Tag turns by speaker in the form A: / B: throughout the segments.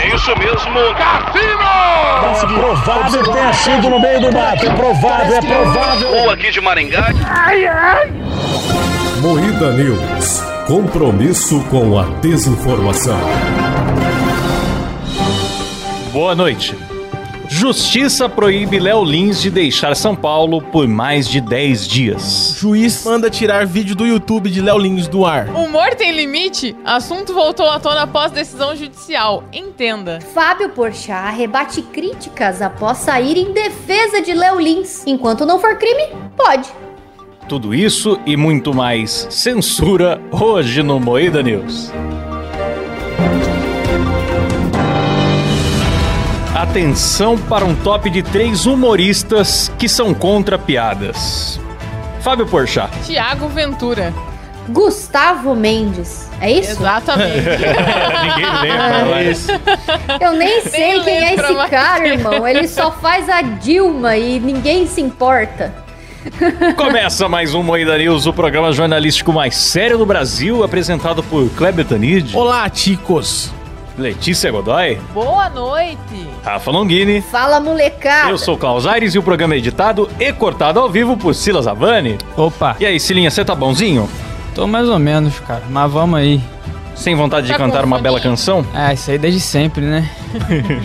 A: É isso mesmo, Cassino!
B: Mas provável tenha sido no meio do mato. É provável, é provável.
A: Ou aqui de Maringá.
C: Moída News. Compromisso com a desinformação.
D: Boa noite. Justiça proíbe Léo Lins de deixar São Paulo por mais de 10 dias.
E: Juiz manda tirar vídeo do YouTube de Léo Lins do ar.
F: Humor tem limite? Assunto voltou à tona após decisão judicial. Entenda.
G: Fábio Porchat rebate críticas após sair em defesa de Léo Lins. Enquanto não for crime, pode.
D: Tudo isso e muito mais censura hoje no Moeda News. Atenção para um top de três humoristas que são contra piadas. Fábio Porchat.
F: Tiago Ventura.
G: Gustavo Mendes. É isso?
F: Exatamente.
D: Ninguém lembra, mas...
G: Eu nem sei quem é
F: lembro
G: esse
F: mais.
G: cara, irmão. Ele só faz a Dilma e ninguém se importa.
D: Começa mais um Moeda News, o programa jornalístico mais sério do Brasil, apresentado por Kleber Tanid,
E: Olá, ticos.
D: Letícia Godoy,
F: Boa noite.
D: Rafa Longini.
G: Fala, molecada.
D: Eu sou o Klaus Aires e o programa é editado e cortado ao vivo por Silas Avani.
H: Opa,
D: E aí, Silinha, você tá bonzinho?
H: tô mais ou menos, cara, mas vamos aí.
D: Sem vontade de
F: Tá com
D: cantar uma
F: fominha?
D: bela canção?
H: É, isso aí desde sempre, né?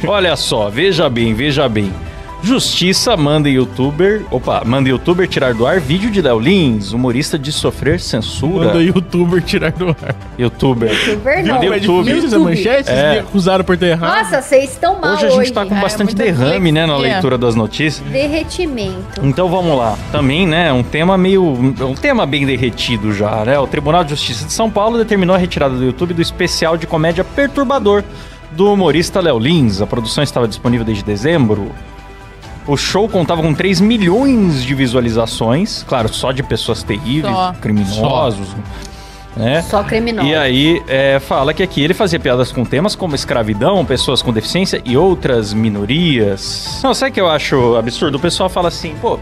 D: Olha só, veja bem, veja bem. Justiça manda youtuber. Opa, manda youtuber tirar do ar vídeo de Léo Lins, humorista de sofrer censura.
E: Manda youtuber tirar do ar.
D: Youtuber.
G: Youtuber
D: Viu
G: não.
D: como é YouTube.
E: difícil a manchete?
D: É.
E: Vocês me acusaram por ter errado.
G: Nossa, vocês estão mal
D: Hoje
G: hoje.
D: a gente tá com
F: é
D: bastante
F: muita
D: derrame, né, na
F: dislexia.
D: leitura das notícias.
G: Derretimento.
D: Então vamos lá. Também, né, um tema meio. Um tema bem derretido já, né? O Tribunal de Justiça de São Paulo determinou a retirada do YouTube do especial de comédia perturbador do humorista Léo Lins. A produção estava disponível desde dezembro. O show contava com 3 milhões de visualizações, claro, só de pessoas terríveis,
F: Só.
D: criminosos, né?
G: Só criminoso.
D: E aí, é, fala que aqui ele fazia piadas com temas como escravidão, pessoas com deficiência e outras minorias. Não, sabe o que eu acho absurdo? O pessoal fala assim, pô,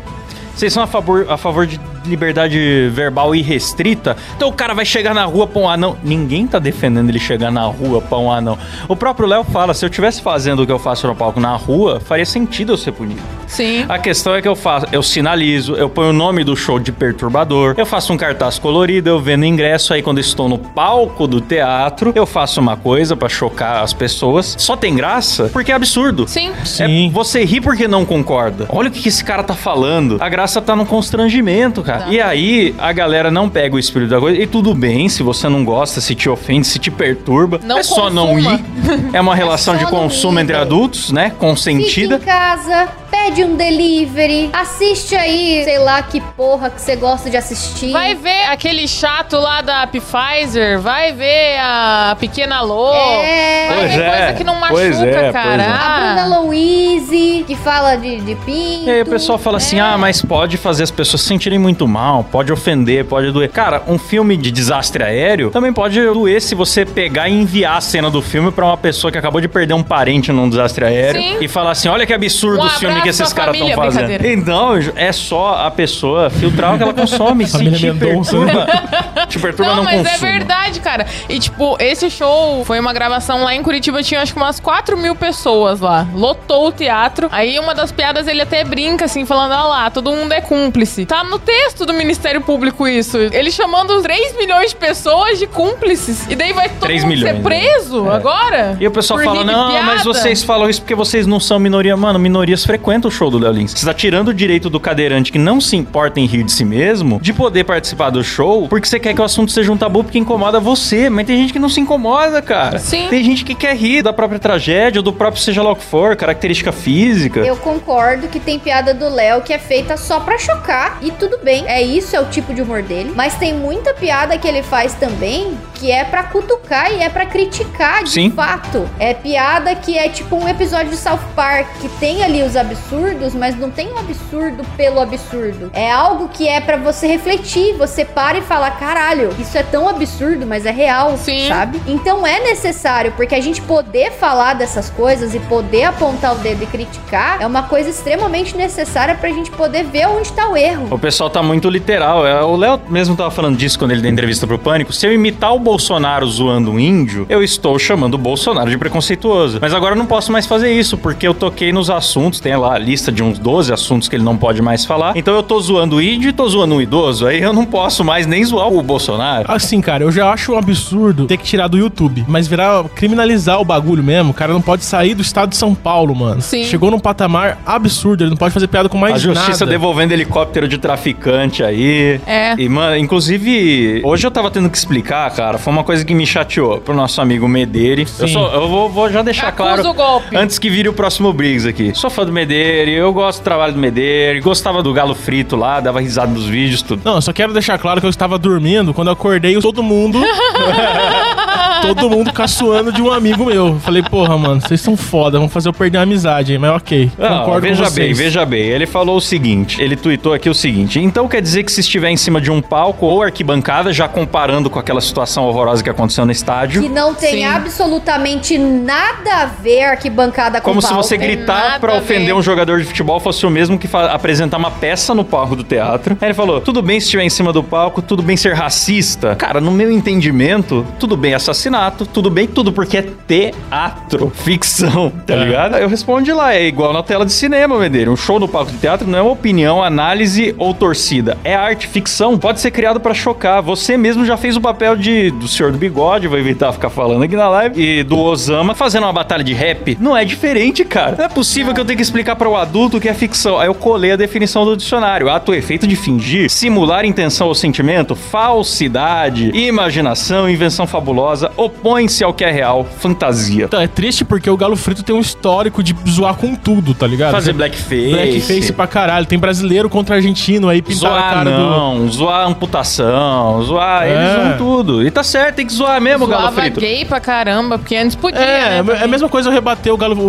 D: vocês são a favor, a favor de liberdade verbal irrestrita? Então o cara vai chegar na rua pra um anão. Ninguém tá defendendo ele chegar na rua pra um anão. O próprio Léo fala, se eu tivesse fazendo o que eu faço no palco na rua, faria sentido eu ser punido.
F: Sim.
D: A questão é que eu faço, eu sinalizo, eu ponho o nome do show de perturbador, eu faço um cartaz colorido, eu vendo ingresso, aí quando eu estou no palco do teatro, eu faço uma coisa pra chocar as pessoas. Só tem graça porque é absurdo.
F: Sim.
D: É, você ri porque não concorda. Olha o que que esse cara tá falando. A graça tá no constrangimento, cara.
F: Tá.
D: E aí, a galera não pega o espírito da coisa. E tudo bem se você não gosta, se te ofende, se te perturba.
F: Não
D: é só não ir.
F: consuma.
D: É uma relação
G: só
D: de
G: não
D: consumo
G: ir,
D: entre
G: velho.
D: adultos, né?
G: Fica
D: Consentida.
G: em casa, pede um delivery, assiste aí, sei lá que porra que você gosta de assistir.
F: Vai ver aquele chato lá da Pfizer, vai ver a Pequena Lô.
G: É.
F: Vai ver
D: Pois é,
F: coisa que não
D: pois
F: machuca,
D: é, pois
F: cara.
D: é.
G: A
F: Ah,
G: Bruna Louise, que fala de, de pinto. É.
D: E aí o pessoal fala assim, ah, mas pode fazer as pessoas se sentirem muito mal, pode ofender, pode doer. Cara, um filme de desastre aéreo também pode doer se você pegar e enviar a cena do filme pra uma pessoa que acabou de perder um parente num desastre aéreo
F: Sim.
D: e falar assim, olha que absurdo
F: Um
D: o filme
F: abraço
D: que esses
F: à
D: caras estão
F: família,
D: fazendo.
F: brincadeira.
D: Então, é só a pessoa filtrar o que ela consome, se
E: Família
D: te
E: Mendonça. né?
D: perturba. Te perturba,
F: Não,
D: não,
F: mas é
D: consuma.
F: verdade, cara. E, tipo, esse show foi uma gravação lá em Curitiba, tinha acho que umas 4 mil pessoas lá. Lotou o teatro. Aí uma das piadas ele até brinca, assim, falando: ah lá, todo mundo é cúmplice. Tá no texto do Ministério Público isso. Ele chamando 3 milhões de pessoas de cúmplices. E daí vai todo
D: 3
F: mundo
D: milhões,
F: ser
D: né?
F: preso
D: É.
F: agora?
D: E o pessoal
F: Por
D: fala,
F: rir de
D: não,
F: piada?"
D: mas vocês falam isso porque vocês não são minoria. Mano, minorias frequentam o show do Léo Lins. Você tá tirando o direito do cadeirante que não se importa em rir de si mesmo, de poder participar do show, porque você quer que o assunto seja um tabu porque incomoda você. Mas tem gente que não se incomoda, cara.
F: Sim.
D: Tem gente que quer rir da própria tragédia ou do próprio seja lá o que for, característica física.
G: Eu concordo que tem piada do Léo que é feita só pra chocar e tudo bem. É isso, é o tipo de humor dele. Mas tem muita piada que ele faz também que é pra cutucar e é pra criticar de
D: Sim.
G: fato. É piada que é tipo um episódio de South Park que tem ali os absurdos, mas não tem um absurdo pelo absurdo. É algo que é pra você refletir, você para e fala, caralho, isso é tão absurdo, mas é real,
F: Sim.
G: sabe? Então é necessário, porque a gente poder falar dessas coisas e poder apontar o dedo e criticar é uma coisa extremamente necessária pra gente poder ver onde tá o erro.
D: O pessoal tá muito literal. É, O Léo mesmo tava falando disso quando ele deu entrevista pro Pânico. Se eu imitar o Bolsonaro zoando um índio, eu estou chamando o Bolsonaro de preconceituoso. Mas agora eu não posso mais fazer isso, porque eu toquei nos assuntos, tem lá a lista de uns 12 assuntos que ele não pode mais falar. Então eu tô zoando o índio e tô zoando um idoso. Aí eu não posso mais nem zoar o Bolsonaro.
E: Assim, cara, eu já acho um absurdo ter que tirar do YouTube, mas virar criminalizar o bagulho mesmo, o cara não pode sair do estado de São Paulo, mano.
F: Sim.
E: Chegou num patamar absurdo, ele não pode fazer piada com mais
D: A justiça
E: nada.
D: devolvendo helicóptero de traficante aí.
F: É.
D: E, mano, inclusive, hoje eu tava tendo que explicar, cara, foi uma coisa que me chateou pro nosso amigo Medeiri. Eu, sou, eu vou, vou já deixar
F: Acusa
D: claro.
F: o golpe.
D: Antes que vire o próximo Briggs aqui. Sou fã do Medeiri, eu gosto do trabalho do Medeiri, gostava do galo frito lá, dava risada nos vídeos, tudo.
E: Não, eu só quero deixar claro que eu estava dormindo, quando eu acordei, todo mundo... todo mundo caçoando de um amigo meu. Eu Falei, porra, mano, vocês são foda, vão fazer eu perder a amizade, hein? mas ok,
D: Não,
E: concordo
D: veja
E: com vocês.
D: bem, veja bem. Ele falou o seguinte, ele tuitou aqui o seguinte: "Então quer dizer que se estiver em cima de um palco ou arquibancada, já comparando com aquela situação horrorosa que aconteceu no estádio,
G: Que não tem
F: Sim.
G: absolutamente nada a ver arquibancada com
D: Como se
G: palco.
D: você gritar
F: nada
D: pra
F: a
D: ofender
F: ver.
D: um jogador de futebol fosse o mesmo que fa- apresentar uma peça no palco do teatro. Aí ele falou: tudo bem se estiver em cima do palco, tudo bem ser racista. Cara, no meu entendimento, tudo bem assassinato, tudo bem tudo, porque é teatro, ficção, tá ligado? Aí eu respondi lá: é igual na tela de cinema, Medeiro. Um show no palco do teatro não é uma opinião, análise ou torcida. É arte, ficção. Pode ser criado pra chocar. Você mesmo já fez o papel de do senhor do bigode, vou evitar ficar falando aqui na live, e do Osama fazendo uma batalha de rap. Não é diferente, cara. Não é possível que eu tenha que explicar para o adulto o que é ficção. Aí eu colei a definição do dicionário. Ato é efeito de fingir, simular intenção ou sentimento, falsidade, imaginação, invenção fabulosa, opõe-se ao que é real, fantasia.
E: Então, é triste porque o Galo Frito tem um histórico de zoar com tudo, tá ligado?
D: Fazer blackface.
E: Blackface pra caralho. Tem brasileiro contra argentino aí, pintar a
D: Zoar
E: cara do...
D: não, zoar amputação, zoar, eles
E: É.
D: zoam tudo. E tá certo, tem que zoar mesmo, galo
F: Zoava
D: frito.
F: gay pra caramba, porque antes podia,
E: É,
F: né?
E: é a mesma coisa eu rebater o, Galo, o,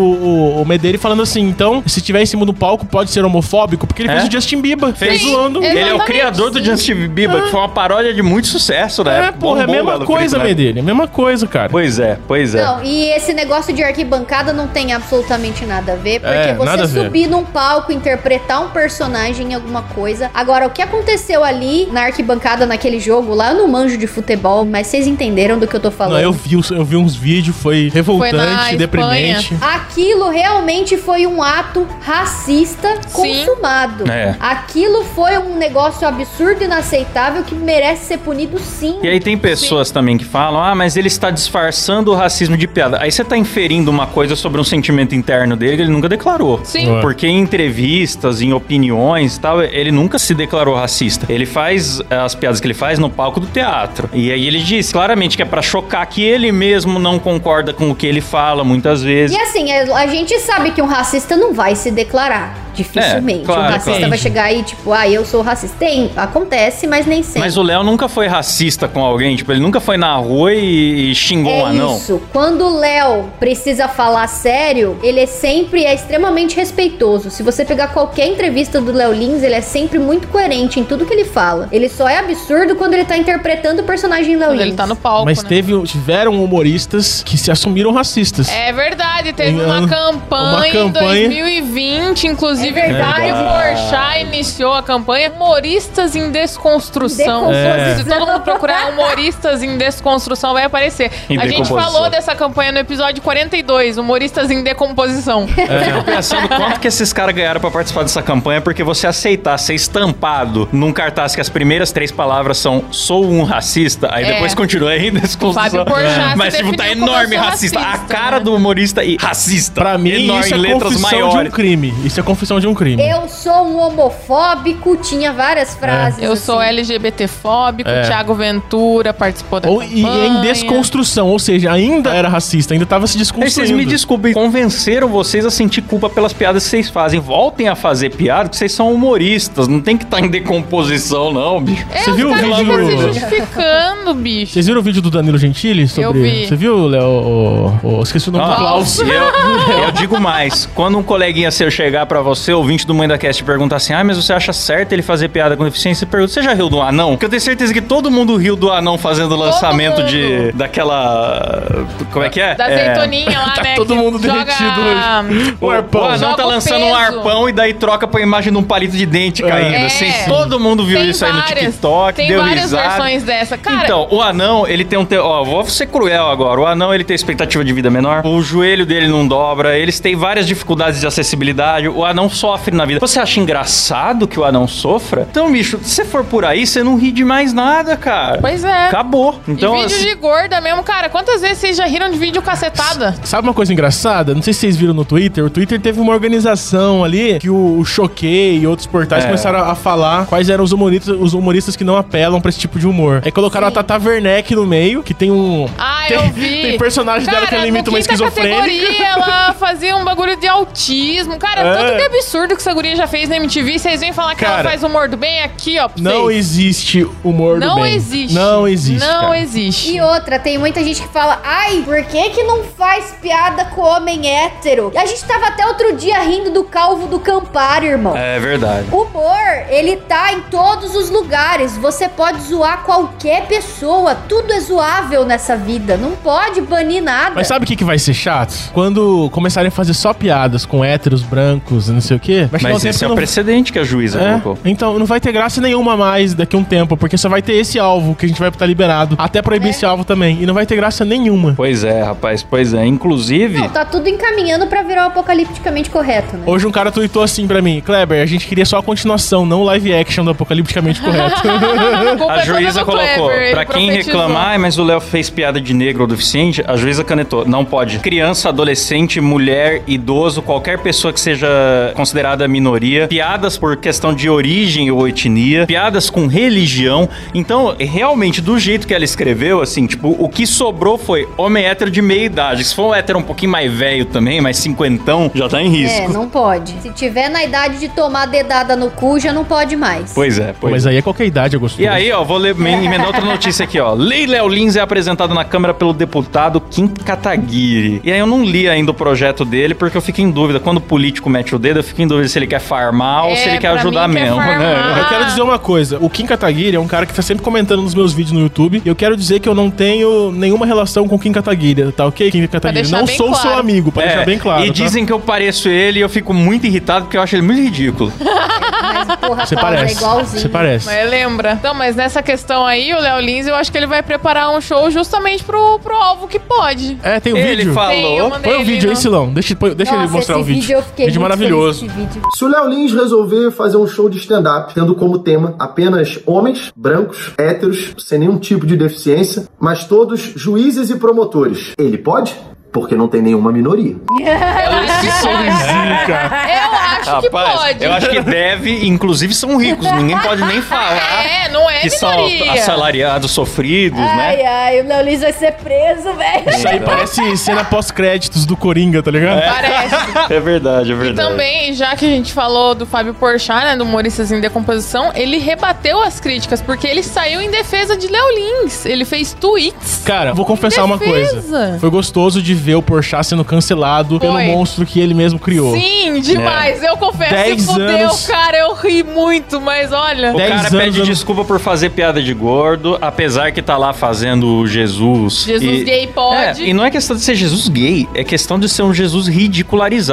E: o, o Medeiro falando assim, então, se tiver em cima do palco, pode ser homofóbico, porque ele
D: É?
E: fez o Justin Bieber.
D: Fez
F: Sim,
D: zoando. Ele é o
F: exatamente,
D: criador do
F: sim.
D: Justin Bieber, que foi uma paródia de muito sucesso na
E: É,
D: época.
E: porra, é a
D: Bombou o
E: mesma
D: Galo
E: coisa,
D: Frito, né?
E: Medeiro. É a mesma coisa, cara.
D: Pois é, pois é.
G: Não, e esse negócio de arquibancada não tem absolutamente nada a ver, porque
E: É, nada a
G: você
E: ver.
G: subir num palco, interpretar um personagem em alguma coisa. Agora, o que aconteceu ali na arquibancada naquele jogo lá, eu não manjo de futebol, mas vocês entenderam do que eu tô falando.
E: Não, eu vi, os- eu vi uns vídeos, foi revoltante,
F: Espanha.
E: deprimente.
G: Aquilo realmente foi um ato racista
F: Sim.
G: consumado.
D: É.
G: Aquilo foi um negócio absurdo e inaceitável que merece ser punido sim.
D: E aí tem pessoas também que falam, ah, mas ele está disfarçando o racismo de piada. Aí você tá inferindo uma coisa sobre um sentimento interno dele que ele nunca declarou.
F: Sim.
E: É.
D: Porque em entrevistas, em opiniões e tal, ele nunca se declarou racista. Ele faz eh, as piadas que ele faz no palco do teatro. E aí ele diz claramente que é pra chocar que ele mesmo não concorda com o que ele fala muitas vezes.
G: E assim, é- a gente sabe que um racista não vai se declarar. Dificilmente.
D: É, claro,
G: um racista
D: claro.
G: vai chegar aí, tipo, ah, eu sou racista. Tem, acontece, mas nem sempre.
D: Mas o Léo nunca foi racista com alguém, tipo, ele nunca foi na rua e, e xingou um
G: é
D: anão.
G: isso. Quando o Léo precisa falar sério, ele é sempre é extremamente respeitoso. Se você pegar qualquer entrevista do Léo Lins, ele é sempre muito coerente em tudo que ele fala. Ele só é absurdo quando ele tá interpretando o personagem Léo
F: Quando
G: Lins.
F: ele tá no palco,
E: Mas
F: né?
E: teve, um, tiveram humoristas que se assumiram racistas.
F: É verdade, teve
E: Em
F: uma
E: ano- uma
F: campanha em
E: campanha.
F: 2020, inclusive
G: É
F: o
G: verdade.
F: Caio Porchat iniciou a campanha Humoristas em
E: É.
F: Desconstrução.
G: Descomposição.
D: É.
F: Se todo mundo procurar Humoristas em Desconstrução, vai aparecer.
D: Em
F: a gente
D: decomposição.
F: falou dessa campanha no episódio 42, Humoristas em Decomposição.
D: Eu fico pensando quanto que esses caras ganharam pra participar dessa campanha, porque você aceitar ser estampado num cartaz que as primeiras três palavras são sou um racista, aí
F: É.
D: depois continua ainda essa
F: Fábio Porchat se
D: Mas tipo, tá
F: definiu como
D: enorme
F: eu sou
D: racista. A
F: racista,
D: cara
F: né?
D: do humorista e racista.
E: Pra mim,
D: enorme,
E: isso é
D: letras
E: confissão de
D: maiores.
E: um crime. Isso é confissão de um crime.
G: Eu sou um homofóbico, tinha várias
D: É.
G: frases.
F: Eu sou
G: assim.
F: LGBTfóbico,
E: É.
F: Thiago Ventura participou da
E: Ou, e é
F: campanha.
E: em desconstrução, ou seja, ainda era racista, ainda tava se
D: Aí
E: desconstruindo.
D: Vocês me desculpem, convenceram vocês a sentir culpa pelas piadas que vocês fazem. Voltem a fazer piada, porque vocês são humoristas. Não tem que estar em decomposição, não, bicho.
E: Você viu o
F: Cara,
E: vídeo?
F: É ficam se justificando, bicho.
E: Vocês viram o vídeo do Danilo Gentili sobre.
F: Eu vi.
E: Você viu, Léo? o- o- Esqueci o nome do
D: Ah,
E: Klaus.
D: Eu, eu digo mais. Quando um coleguinha seu chegar pra você, ouvinte do Mãe da Cast, perguntar assim: ah, mas você acha certo ele fazer piada com deficiência? Você pergunta: você já riu do anão? Porque eu tenho certeza que todo mundo riu do anão fazendo o lançamento
F: mundo.
D: de. daquela. Como é que é?
F: Da
D: é...
F: azeitoninha lá,
E: Tá
F: né?
E: todo
F: que
E: mundo
F: joga-
E: derretido hoje.
D: O, arpão. o anão
F: Joga
D: tá
F: o
D: lançando
F: peso.
D: um arpão e daí troca pra imagem de um palito de dente caindo.
F: É.
D: assim. Todo mundo viu
F: Tem
D: isso aí no
F: várias.
D: TikTok,
F: Tem
D: deu
F: várias
D: risada.
F: versões dessa. Cara,
D: então, o anão, ele tem um. Te... Ó, vou ser cruel agora. O anão, ele tem expectativa de vida menor. O joelho dele não dobra. Eles têm várias dificuldades de acessibilidade. O anão sofre na vida. Você acha engraçado que o anão sofra? Então, bicho, se você for por aí, você não ri de mais nada, cara.
F: pois é.
D: Acabou. Então,
F: e vídeo
D: assim,
F: de gorda mesmo, cara. Quantas vezes vocês já riram de vídeo cacetada?
E: Sabe uma coisa engraçada? Não sei se vocês viram no Twitter. O Twitter teve uma organização ali que o, o Choquei e outros portais
D: É.
E: começaram a, a falar quais eram os humoristas, os humoristas que não apelam pra esse tipo de humor. Aí colocaram a Tata Werneck no meio, que tem um.
F: Ah,
E: tem,
F: eu vi.
E: Tem um personagem
F: Cara,
E: dela que
F: no
E: alimenta uma
F: quinta
E: esquizofrênica.
F: categoria, ela fazia um bagulho de autismo. Cara,
E: É.
F: tanto de absurdo que essa guria já fez na MTV. Vocês vêm falar que ela
E: Cara,
F: faz humor do bem aqui, ó. pra
E: Não
F: vocês.
E: existe humor
F: Não
E: do bem.
F: existe.
E: Não existe.
F: Não
E: cara.
F: existe.
G: E outra, tem muita gente que fala, ai, por que que não faz piada com homem hétero? E a gente tava até outro dia rindo do calvo do Campari, irmão.
D: é verdade.
G: O humor, ele tá em todos os lugares. Você pode zoar qualquer pessoa. Tudo é zoável nessa vida. Não pode banir nada.
E: Mas sabe o que, que vai ser chato? Quando começarem a fazer só piadas com héteros, brancos e não sei o quê. Vai chegar um
D: Mas
E: tempo
D: esse
E: que
D: é o
E: não-
D: precedente que a juíza
E: É,
D: colocou.
E: então não vai ter graça nenhuma mais daqui a um tempo, porque só vai ter esse alvo que a gente vai estar liberado. Até
F: É.
E: proibir esse alvo também. E não vai ter graça nenhuma.
D: Pois é, rapaz, pois é. Inclusive.
G: Não, tá tudo encaminhando pra virar o apocalipticamente correto, né?
E: Hoje um cara tweetou assim pra mim, Kleber, a gente queria só a continuação, não o live action do Apocalipticamente Correto.
F: culpa
D: A
F: é toda
D: juíza
F: do
D: colocou,
F: Kleber, ele
D: pra quem
F: profetizou.
D: reclamar, "Ai, mas o Léo fez piada de negro ou deficiente, a juíza canetou, não pode. Criança, adolescente, mulher, idoso, qualquer pessoa que seja considerada minoria, piadas por questão de origem ou etnia, piadas com religião. Então, realmente, do jeito que ela escreveu, assim, tipo, o que sobrou foi homem hétero de meia idade. Se for um hétero um pouquinho mais velho também, mais cinquentão, já tá em risco.
G: É, não pode. Se tiver na idade de tomar dedada no cu, já não pode mais.
D: Pois é, pois é.
E: Mas aí é qualquer idade, eu gostoso.
D: E aí, ó, vou ler, me- emendar outra notícia aqui, ó. Lei Léo Lins é apresentada na Câmara pelo deputado Kim Kataguiri. E aí eu não li ainda o projeto dele, porque eu fico em dúvida. Quando o político mete o dedo, eu fico em dúvida se ele quer farmar ou
F: É,
D: se ele quer
F: pra
D: ajudar
F: mim quer
D: mesmo, né?
F: farmar.
E: É, Eu quero dizer uma coisa, o Kim Kataguiri é um cara que tá sempre comentando nos meus vídeos no YouTube, e eu quero dizer que eu não tenho nenhuma relação com o Kim Kataguiri, tá ok, Kim Kataguiri?
F: deixar
E: Não
F: bem
E: sou
F: claro.
E: seu amigo, pra
D: É,
E: deixar bem claro,
D: e
E: tá?
D: dizem que eu pareço ele e eu fico muito irritado porque eu acho ele muito ridículo.
G: Mas, porra,
E: Você
G: Paulo, é
E: parece,
G: igualzinho.
E: você parece.
F: Mas lembra. Então, mas nessa questão aí, o Léo Lins, eu acho que ele vai preparar um show justamente pro, pro alvo que pode.
E: É, tem o
D: ele
E: vídeo.
D: falou.
F: Tem, eu mandei
E: Põe o
F: ele
E: vídeo aí,
F: no-
E: Silão. Deixa, põe- deixa
G: Nossa,
E: ele mostrar
G: esse
E: o vídeo.
G: vídeo eu fiquei
E: vídeo
G: muito
E: maravilhoso.
G: feliz com esse vídeo.
I: Se o Léo Lins resolver fazer um show de stand-up, tendo como tema apenas homens, brancos, héteros, sem nenhum tipo de deficiência, mas todos juízes e promotores, ele pode? Porque não tem nenhuma minoria.
E: Que sorrisinho, cara.
F: Eu acho que pode.
D: eu acho que deve, inclusive são ricos, ninguém pode nem falar.
F: É, não é
D: tá Que são
F: minoria. É,
D: assalariados, sofridos, né?
G: Ai, ai, o Léo Lins vai ser preso, velho.
E: Isso aí parece cena pós-créditos do Coringa, tá ligado?
F: Parece.
D: É verdade, é verdade.
F: Então, Também, já que a gente falou do Fábio Porchat, né, do Humoristas em Decomposição, ele rebateu as críticas, porque ele saiu em defesa de Léo Lins. Ele fez tweets.
E: Cara, vou confessar uma
F: Defesa.
E: coisa. Foi gostoso de ver o Porchat sendo cancelado pelo
F: Foi.
E: monstro que ele mesmo criou.
D: É.
F: Sim, demais. Eu confesso,
E: Dez
F: se fudeu,
E: anos.
F: cara, eu ri muito, mas olha...
D: O
E: Dez
D: cara
E: anos
D: pede
E: eu não-
D: desculpa por fazer piada de gordo, apesar que tá lá fazendo o Jesus.
F: Jesus gay pode.
D: É, e não é questão de ser Jesus gay, é questão de ser um Jesus ridicularizado.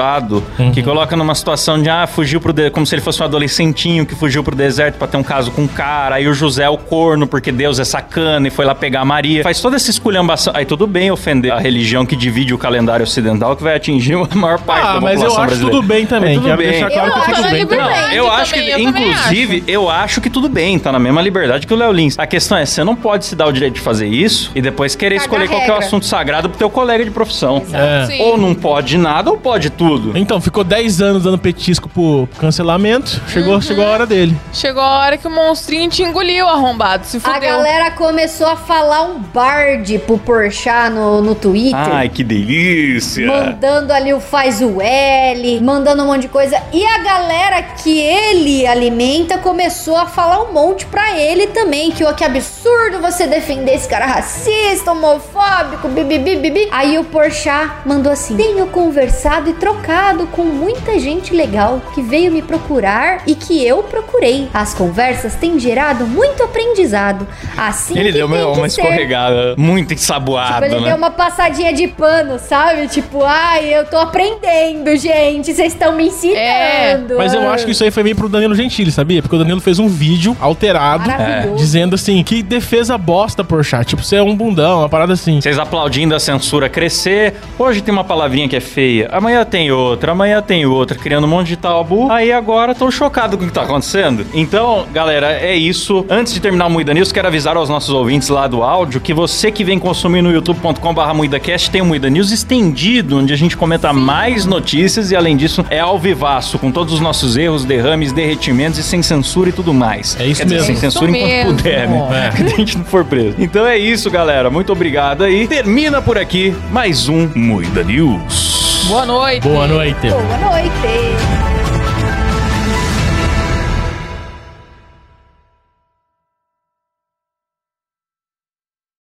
D: Que
E: Uhum.
D: coloca numa situação de, ah, fugiu pro. De... Como se ele fosse um adolescentinho que fugiu pro deserto pra ter um caso com um cara. Aí o José é o corno porque Deus é sacana e foi lá pegar a Maria. Faz toda essa esculhambação. Aí tudo bem ofender a religião que divide o calendário ocidental, que vai atingir a maior parte
E: Ah,
D: da população
E: mas eu acho
D: brasileira.
E: tudo bem também.
D: É tudo
E: Quero
D: bem.
E: deixar claro
G: Eu
E: que
G: acho
E: tudo
G: uma
E: bem.
F: liberdade.
D: Não, eu
F: também,
D: acho que,
F: eu também
D: inclusive, eu acho que tudo bem, tá na mesma liberdade que o Léo Lins. A questão é, você não pode se dar o direito de fazer isso e depois querer
G: Cagar
D: escolher qual que é o
G: regra.
D: assunto sagrado pro teu colega de profissão.
E: É.
F: Sim.
D: Ou não pode nada, ou pode tudo.
E: Então, ficou 10 anos dando petisco pro cancelamento. Chegou,
G: Uhum.
E: chegou a hora dele.
F: Chegou a hora que o monstrinho te engoliu, arrombado. Se
G: A
F: fudeu.
G: galera começou a falar um bard pro Porchat no, no Twitter.
D: Ai, que delícia!
G: Mandando ali o faz o L, mandando um monte de coisa. E a galera que ele alimenta começou a falar um monte pra ele também. Que, ó, que absurdo você defender esse cara racista, homofóbico, bibibi, bibi. Aí o Porchat mandou assim, tenho conversado e trocado com muita gente legal que veio me procurar e que eu procurei. As conversas têm gerado muito aprendizado. Assim
D: Ele
G: que
D: deu
G: tem
D: uma,
G: que
D: uma
G: ser.
D: escorregada muito
G: Tipo,
E: Ah,
D: ensaboada,
G: ele
D: né?
G: deu uma passadinha de pano, sabe? Tipo, ai, eu tô aprendendo, gente. Vocês estão me ensinando.
E: É, Mas eu acho que isso aí foi meio pro Danilo Gentili, sabia? Porque o Danilo fez um vídeo alterado.
G: Maravilhoso.
E: Dizendo assim, que defesa bosta, Porchat. Tipo, você é um bundão, uma parada assim.
D: Vocês aplaudindo a censura crescer. Hoje tem uma palavrinha que é feia. Amanhã tem outra, amanhã tem outra, criando um monte de tabu. Aí agora tô chocado com o que tá acontecendo. Então, galera, é isso. Antes de terminar o Muida News, quero avisar aos nossos ouvintes lá do áudio que você que vem consumir no youtube.com.br MuidaCast tem o Muida News estendido, onde a gente comenta mais notícias e, além disso, é ao vivaço, com todos os nossos erros, derrames, derretimentos e sem censura e tudo mais.
E: É isso
D: Quer dizer,
E: mesmo.
D: sem censura
F: Isso
D: enquanto
F: mesmo.
D: puder, né? Quando a gente não for preso. Então é isso, galera. Muito obrigado aí. Termina por aqui mais um Muida News.
F: Boa noite.
E: Boa noite.
G: Boa noite.